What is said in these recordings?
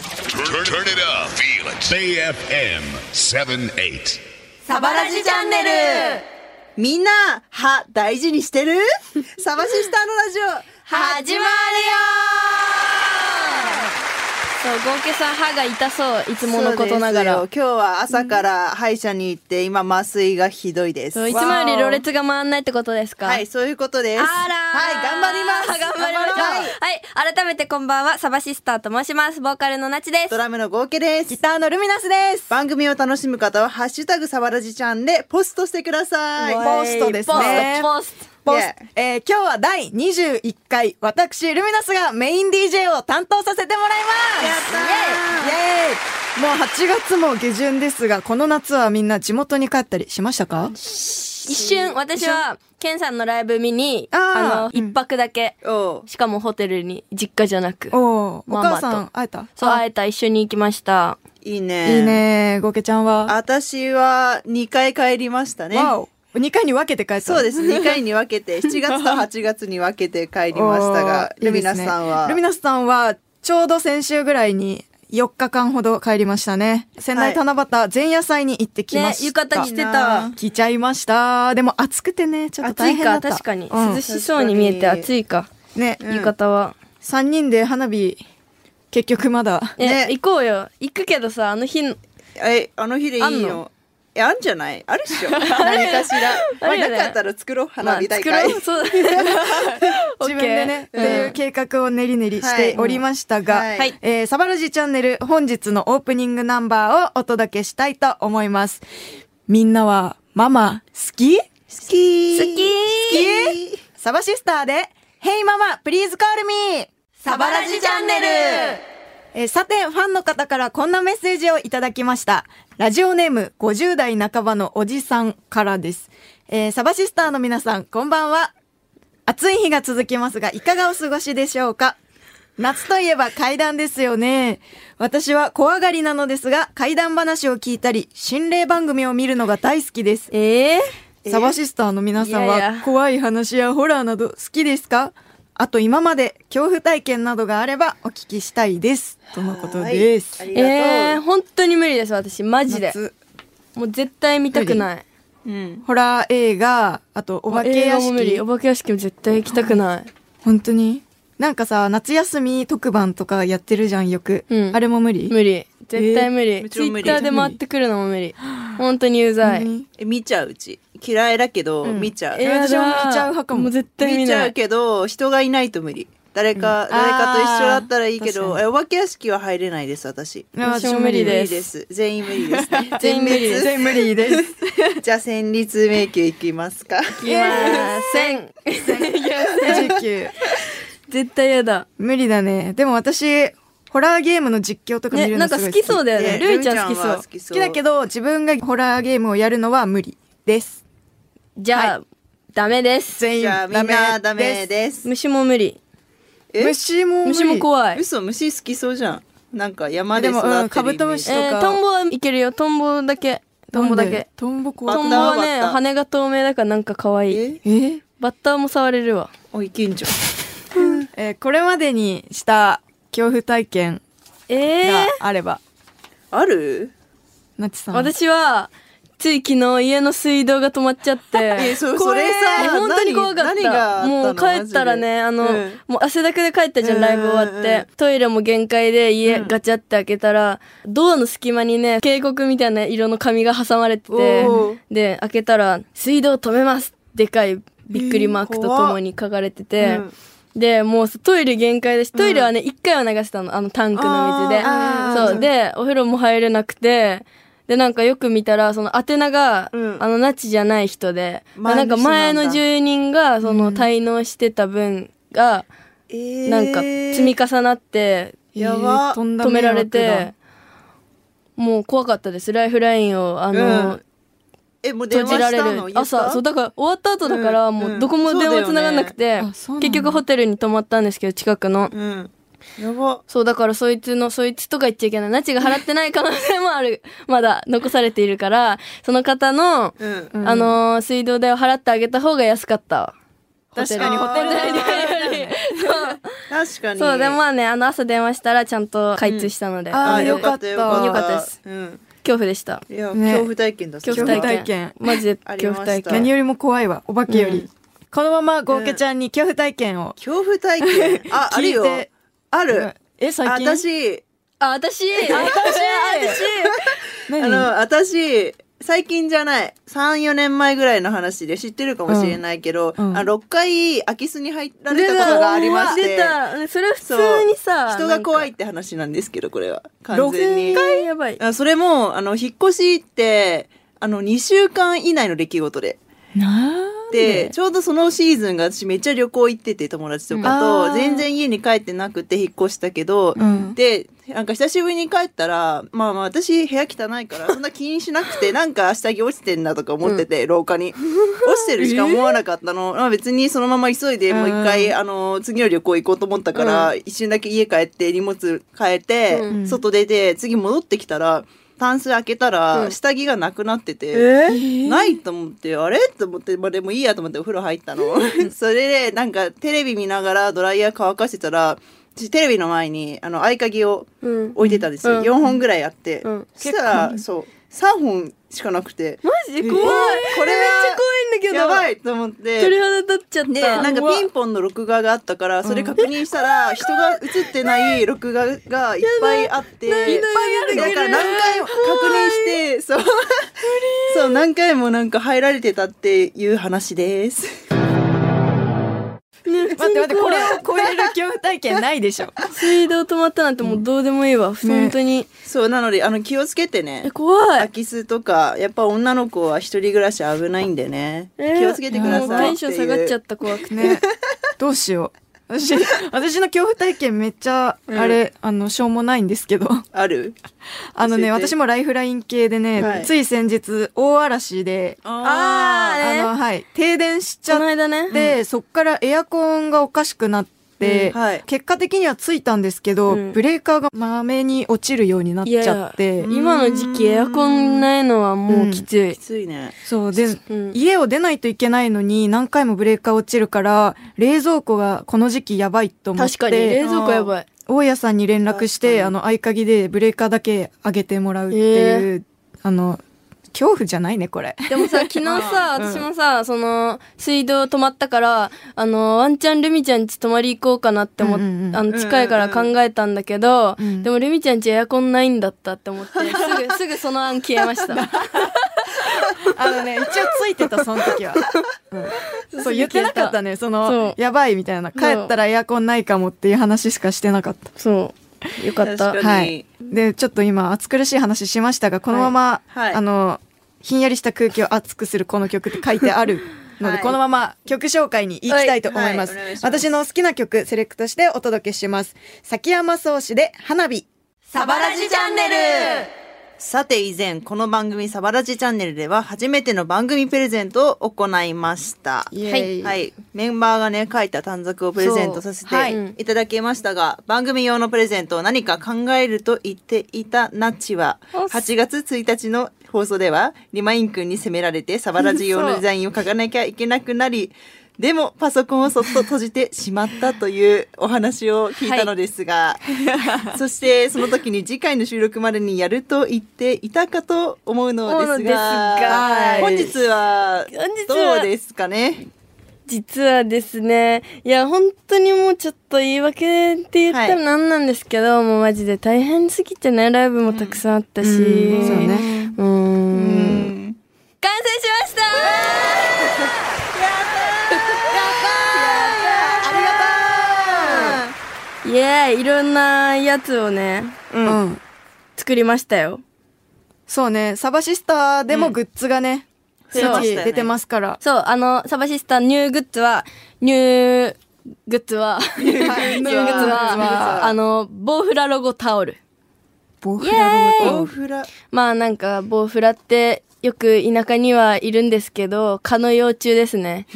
Turn, turn it up. Feel it. AFM 78. サバラジチャンネルみんな、歯大事にして るサバシスターのラジオ、始まるよそう、ゴーケさん歯が痛そう、いつものことながそらう。ですよ今日は朝から歯医者に行って、今麻酔がひどいです。そういつもよりろれつが回んないってことですかはい、そういうことです。あらーはい、頑張ります。頑張りましょう頑張ろうはい、改めてこんばんは、サバシスターと申します。ボーカルのなちですド。ラムの合計です。ギターのルミナスです。番組を楽しむ方は、ハッシュタグサバラジちゃんでポストしてください。うわいポストですねポスト、ポスポス Yeah えー今日は第21回、私、ルミナスがメイン DJ を担当させてもらいます。やったーイエーイイエーイもう8月も下旬ですが、この夏はみんな地元に帰ったりしましたかト。一瞬、私は、ケンさんのライブ見に、あーあの、う一ん泊だけ。おうしかもホテルに、実家じゃなく。おーおママと母さん会えたそう、会えた、一緒に行きました。いいあね。いい。ねー、ゴケちゃんは。私は2回帰りましたね。わお。2回に分けて帰った。そうです す。2回に分けて、7月と8月に分けて帰りましたが、おールミナスさんいいですねは。ルミナスさんは、ちょうど先週ぐらいに、4日間ほど帰りましたね。仙台は七夕前夜祭に行ってきまね、した。浴衣着てた。来ちゃいました。でも暑くてね、ちょっと暑大い変だか、った。確かに。うん涼しそうに見えて確かに暑いか。ね、浴衣は。 3人で花火、結局まだ。ねね行こうよ。行くけどさ、あの日、え、あの日でいあいんよの。え、あんじゃないあるっしょ。 何かし ら。まあ、あるよなねかったら作ろう、花火大まあ会。作ろうそうだね自分でね、という計画を練り練りしておりましたが、はいはいえーサバラジチャンネル本日のオープニングナンバーをお届けしたいと思います。みんなは、ママ、好き好好き好ききサバシスターで、ヘイママ、プリーズカールミーサバラジチャンネルえーさて、ファンの方からこんなメッセージをいただきました。ラジオネーム50代半ばのおじさんからです。えーサバシスターの皆さん、こんばんは。暑い日が続きますが、いかがお過ごしでしょうか夏といえば階段ですよね。私は怖がりなのですが、階段話を聞いたり、心霊番組を見るのが大好きです。えー、サバシスターの皆さんいやいはや怖い話やホラーなど好きですかあと今まで恐怖体験などがあればお聞きしたいです。とのことです。はいありえがー、と本当に無理です、私。マジで。夏もう絶対見たくない。う。うん。ホラー映画、あとお化け屋映画も無理敷お。化け屋敷も絶対行きたくない。本当になんかさ、夏休み特番とかやってるじゃん、よく。うんあれも無理無理。絶対無理。もちツろイん無ッ理ターで回ってくるのも無理。本当にうざ本当い。にえ見ちゃううち。嫌いだけど、見ちゃう。え私も見ちゃう派かももう絶対見見ちなゃ。いうけど、人がいないと無理。誰か、誰かと一緒だったらいいけあー確ど、かにえお化け屋敷は入れないです、私。いや私も無理無で理す。です。全員無理ですね全員無理です全員無理です。じゃあ戦慄迷宮いきますか。いま せん。 29絶対やだ。無理だね。でも私、ホラーゲームの実況とか見ね、るなのんすかごい好きそうだよね。ねルイちゃんル好きイちゃんそうは好。き好きだけど自分がホラーゲームをやるのは無理ですじゃあ、ダメです。全員じゃあみダんメなダメでです。虫も無理。すえ虫も無理虫も怖い。嘘虫好きそうじゃん。なんか山で育ってるイメージ。でもうんカブトムシえー、トンボはいけるよ。トンボだけ。トンボだなんけで。トンボ怖いトンボはね、バッタ羽が透明だからなんか可愛い。え、えバッターも触れるわ。おいけんじゃん。えーこれまでにした恐怖体験えがえあれば、ある？なちさん私は、つい昨日家の水道が止まっちゃっ えて。そ怖そいれえさ本当に怖かっ何何があった。たのもう帰ったらね、あマジでの、うんもう汗だくで帰ったじゃん、うんライブ終わっうんうて。トイレも限界で家ガチャって開けたら、ドアの隙間にね、警告みたいな色の紙が挟まれてておー、で、開けたら、水道止めますでかいびっくりマークとともに書かれてて、うんで、もうトイレ限界だし、トイレはね、一、回は流したの、あのタンクの水で。あーそう。で、お風呂も入れなくて、で、なんかよく見たら、その宛名が、うんあの、ナチじゃない人で、前のな人んなかんだ前の住人が、その、滞納してた分が、えーなんか、積み重なって、やばとんだ止め迷ら惑だれて、もう怖かったです。ライフラインを、あうの、んえもう電閉話じられしたるの言った朝そうだから終わった後だから、うんもううんどこも電話つながんなくて、あそうなんだ結局ホテルに泊まったんですけど近くの、うんやばそうだからそいつのそいつとか言っちゃいけないナチが払ってない可能性もある まだ残されているからその方の、うんあのー水道代を払ってあげた方が安かった確かにホテル代代よりそう確かに。そうでもまあねあの朝電話したらちゃんと開通したので、うんあーあのよかったよよかかっ。ったたですうん。恐怖でしたいや、ね恐怖体験だった恐怖体験マジで恐怖体ありま験し何よりも怖いわ、お化けより。うんこのまま、ゴーケちゃんに恐怖体験を。恐怖体験。あ、あるよ聞いて。ある。え、最近私、あ私私あ何の、私、最近じゃない。3、4年前ぐらいの話で知ってるかもしれないけど、あうんうん6回空き巣に入られたことがありまし出て。たねそれ普そ通うにさ人が怖いっって話なんですけど、これは。完全に。やばいあそれも、あの、引っ越しって、あの、2週間以内の出来事で。なんで、ちょうどそのシーズンが私めっちゃ旅行行ってて友達とかうんと、あー全然家に帰ってなくて引っ越したけど、うんで、なんか久しぶりに帰ったら、まあまあ私部屋汚いからそんな気にしなくて、なんか下着落ちてんだとか思ってて、廊下に。落ちてるしか思わなかったの。まあ別にそのまま急いでもう一回、あの、次の旅行行こうと思ったから、一瞬だけ家帰って荷物変えて、うん外出て、次戻ってきたら、タンス開けたうら、ん下着がなくなってて、ないと思って、あれと思って、まあ、でもいいやと思ってお風呂入 ったの。それで、なんかテレビ見ながらドライヤー乾かしてたら、私テレビの前に、あの、合鍵をうん置いてたんですよ。うん4本ぐらいあって。うんそしたら、そう、3本しかなくて。マジで怖い、これはめっちゃ怖いんだけどやばいと思って。鳥肌立っちゃったで、なんかピンポンの録画があったから、それ確認したら、人が映ってない録画がいっぱいあって、いっぱい出てだくからる何回も確認して、そう、そう、何回もなんか入られてたっていう話です。ね普待っ通てに待って、こ怖いれを超える恐怖体験ないでしょ。水道止まったなんてもうどうでもいいわ、本当にそう、なので、あの、気をつけてねえ。怖空いき巣とか、やっぱ女の子は一人暮らし危ないんでね。えー気をつけてくだもうさテいンっていシう。ョン下がっちゃった怖くて、 ね。どうしよう。私、私の恐怖体験めっちゃ、あれ、あの、しょうもないんで すけど。あるあ教のえね、て私もライフライン系でね、はいつい先日、大嵐で、あーあれあの、はい、停電しちこゃのっ間ねて、そっからエアコンがおかしくなって、うんはい結果的にはついたんですけど、うんブレーカーがまめに落ちるようになっちゃって、いや今の時期エアコンないのはもうきついき、ついね。そうで、うん家を出ないといけないのに何回もブレーカー落ちるから冷蔵庫がこの時期やばいと思って確かに冷蔵庫やばい大家さんに連絡し確かにてあの合鍵でブレーカーだけ上げてもらうっていう、あの恐怖じゃないねこれでもさ、昨日さ、私もさ、その、水道止まったから、あの、ワンチャンルミちゃん家泊まり行こうかなって思っ、うんうんうんあの、近いから考えたんだけど、うんでもルミちゃん家エアコンないんだったって思って、すぐ、すぐその案消えました。 あのね一応ついてたその時は、 うんそう言ってなかったねそのそうやばいみたいな帰ったらエアコンないかもっていう話しかしてなかったそう。よかった。確かにはいでちょっと今暑苦しい話しましたがこのまま、はいはいあのひんやりした空気を熱くするこの曲って書いてあるのはで、いこのまま曲紹介に行きたいと思います,、はいはいお願いします私の好きな曲セレクトしてお届けします崎山壮志で花火サバラジチャンネルさて以前この番組「サバラジチャンネル」では初めての番組プレゼントを行いましたイはエーイいはいメンバーがね書いた短冊をプレゼントさせそうはいていただきましたが、番組用のプレゼントを何か考えると言っていたナチはおっ8月1日の放送ではリマイン君に責められてサバラジ用のデザインを書かなきゃいけなくなりでもパソコンをそっと閉じてしまったというお話を聞いたのですが、そしてその時に次回の収録までにやると言っていたかと思うのですが思うのですが本日は本日はどうですかね実はですね、いや、本当にもうちょっと言い訳って言ったらなんなんですけど、もうマジで大変すぎてね、ライブもたくさんあったし。うんそうねうーん完成しま したイエーイいろんなやつをね、うん、作りましたよ。そうねサバシスターでもグッズがね、うん正直そうでしたよね出てますから、そう、あの、サバシスターニューグッズは、ニューグッズは、 ニューグッズニューグッズは、はあの、ボウフラロゴタオル。ボフイエオラフラまあなんか、ボウフラって、よく田舎にはいるんですけど、蚊の幼虫ですね。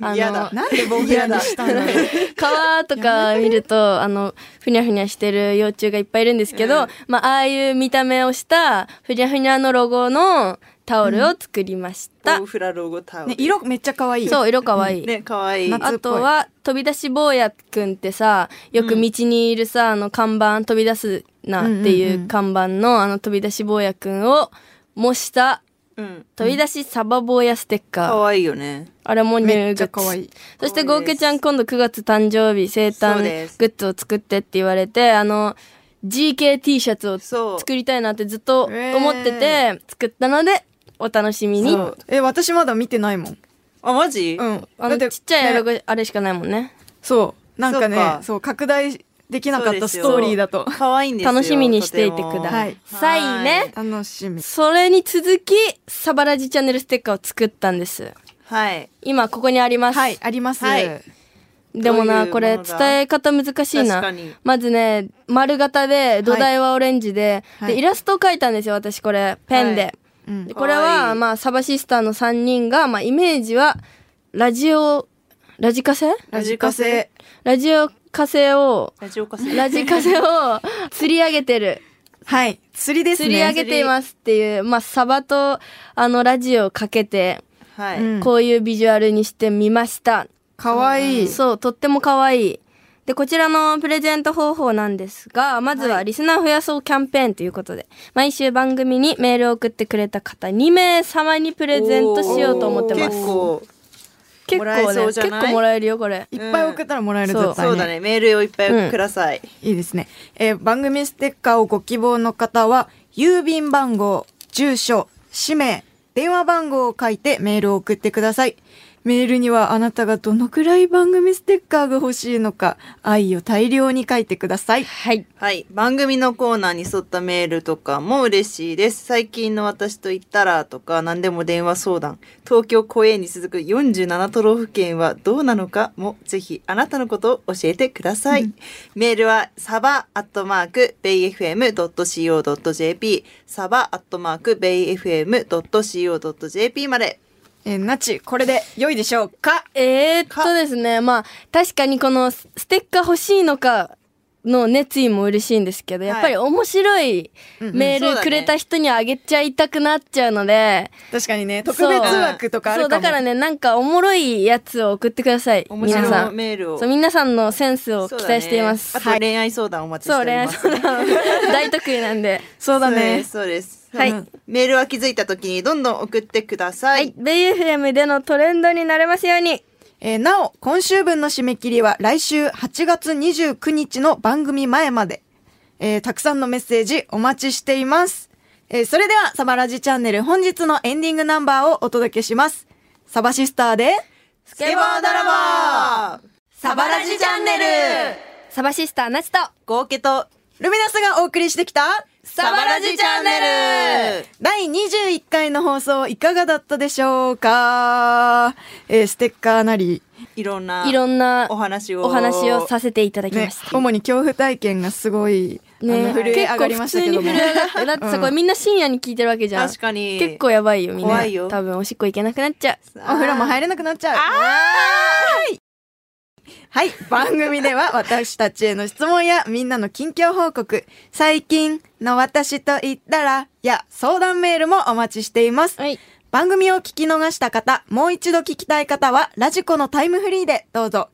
あ嫌だなんでボフラにしたんだろう川とか見ると、あの、ふにゃふにゃしてる幼虫がいっぱいいるんですけど、まあ、ああいう見た目をした、ふにゃふにゃのロゴのタオルを作りました、ボウフラロゴタ オル。ね、色めっちゃ可愛い。そう色かわいい、ね、かわいい。夏っぽいあとは飛び出し坊やくんってさよく道にいるさ、あの看板飛び出すなってうんうんいうんう看板のあの飛び出し坊やくんを模したうん。飛び出しサバ坊やステッカー、かわいいよね。あれも入め荷っちゃ可愛い。そしてゴーケちゃん今度9月誕生日生そう誕ですグッズを作ってって言われてあの GKT シャツをそう作りたいなってずっと思ってて作ったのでお楽しみにそうえ、私まだ見てないもん。あ、マジうん。あのちっちゃいねロゴあれしかないもんねそう。なんかね、そそううか拡大できなかったストーリーだと。かわいいんですよ。楽しみにしていてくとてもださいね楽しみ。それに続きサバラジチャンネルステッカーを作ったんですはい。今ここにあります、はい、あります。はいどういでもうものなだこれ伝え方難しい確かなにまずね丸型で土台はオレンジで,、はいでイラストを描いたんですよ私これペンで、はいうんでこれは、まあ、サバシスターの3人が、まあ、イメージは、ラジオ、ラジカセラジカセ。ラジオカセを、ラジオカセ。ラジカセを釣り上げてる。はい。釣りですね。釣り上げていますっていう、まあ、サバと、あの、ラジオをかけて、はい。うんこういうビジュアルにしてみました。かわいい。そう、とっても可愛い。で、こちらのプレゼント方法なんですが、まずはリスナー増やそうキャンペーンということで、毎週番組にメールを送ってくれた方2名様にプレゼントしようと思ってます。結構、結もらえ構ねそうじ結ゃない構もらえるよこれいっぱい送ったらもらえるうん絶対そうだね、メールをいっぱいください。いいですね。えー番組ステッカーをご希望の方は、郵便番号、住所、氏名、電話番号を書いてメールを送ってください。メールにはあなたがどのくらい番組ステッカーが欲しいのか、愛を大量に書いてください。はいはい。番組のコーナーに沿ったメールとかも嬉しいです。最近の私と言ったらとか、何でも電話相談。東京公演に続く47都道府県はどうなのかも、ぜひあなたのことを教えてください。メールは、サバアットマーク、bayfm.co.jp、サバアットマーク、bayfm.co.jp まで。えー、なち、これで良いでしょうかえー、っとですねまあ確かにこのスステッカー欲しいのかの熱意も嬉しいんですけどやっぱり面白いメそうーだルねくれた人にあげちゃいたくなっちゃうので、確かにね、特別そう枠とかあるかそうだも。からねなんかおもろいやつを送ってください面白い皆さんメールをそう皆さんのセンスを期そうだね待しています、あと恋愛相談お待ちしそておう恋り愛ます。相談大得意なんでそうだね。 そうです。そうはですいうんメールは気づいた時にどんどん送ってくださはいい。BFM でのトレンドになれますようにえーなお、今週分の締め切りは来週8月29日の番組前まで。えーたくさんのメッセージお待ちしています。えーそれでは、サバラジチャンネル本日のエンディングナンバーをお届けします。サバシスターで、ススケボードラボーサバラジチャンネルサバシスターなちと合計とルミナスがお送りしてきた、サバラジチャンネル第21回の放送いかがだったでしょうかえーステッカーなり、いろんないろんなお話をお話をさせていただきまねし、た。主に恐怖体験がすごい、あの震え上がりましたけども。結構普通に震え上がってだってさ、これみんな深夜に聞いてるわけじゃん。確かに結構やばいよ、みんな。怖いよ多分おしっこ行けなくなっちゃう。お風呂も入れなくなっちゃう。はいはい。番組では私たちへの質問やみんなの近況報告、最近の私と言ったら、や相談メールもお待ちしています。はい。番組を聞き逃した方、もう一度聞きたい方は、ラジコのタイムフリーでどうぞ。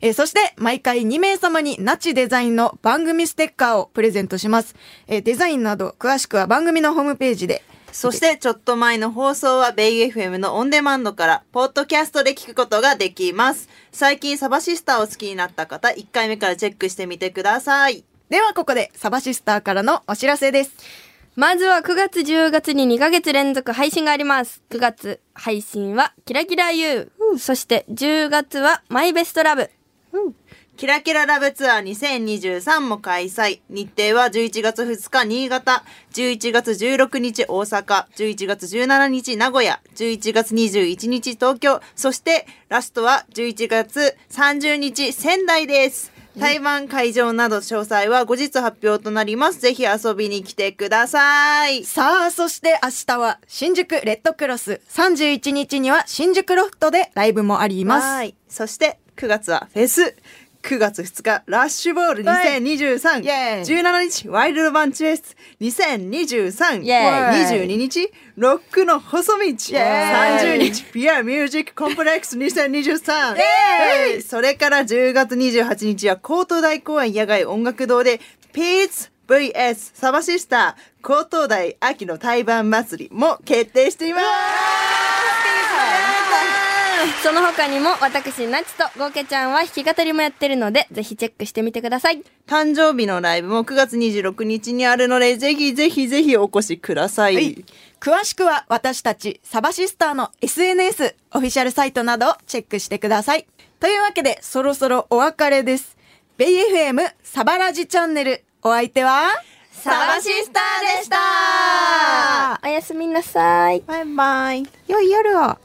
えーそして、毎回2名様にナチデザインの番組ステッカーをプレゼントします。えーデザインなど、詳しくは番組のホームページで。そしてちょっと前の放送はベイ FM のオンデマンドからポッドキャストで聞くことができます最近サバシスターを好きになった方1回目からチェックしてみてくださいでは、ここで、サバシスターからのお知らせです。まずは9月10月に2ヶ月連続配信があります。9月配信はキラキラ U。そして10月はマイベストラブ。キラキララブツアー2023も開催。日程は11月2日新潟、11月16日大阪、11月17日名古屋、11月21日東京、そしてラストは11月30日仙台です。台湾会場など詳細は後日発表となります。ぜひ遊びに来てください。さあ、そして明日は新宿レッドクロス、31日には新宿ロフトでライブもあります。はい。そして9月はフェス。 9月2日ラッシュボール2023、イエーイ17日ワイルドバンチェス2023、イエーイ22日ロックの細道、ーイ30日ピアミュージックコンプレックス2023、エーイえいそれから10月28日は高東大公園野外音楽堂でピーツ VS サバシスター高東大秋の対バン祭りも決定していますその他にも私ナチとゴーケちゃんは弾き語りもやってるのでぜひチェックしてみてください誕生日のライブも9月26日にあるので、ぜひぜひぜひお越しください。はい詳しくは私たちサバシスターの SNS、オフィシャルサイトなどをチェックしてください。というわけで、そろそろお別れです。ベイ FM サバラジチャンネル、お相手は、サバシスターでしたおやすみなさいバイバイ。良い夜を。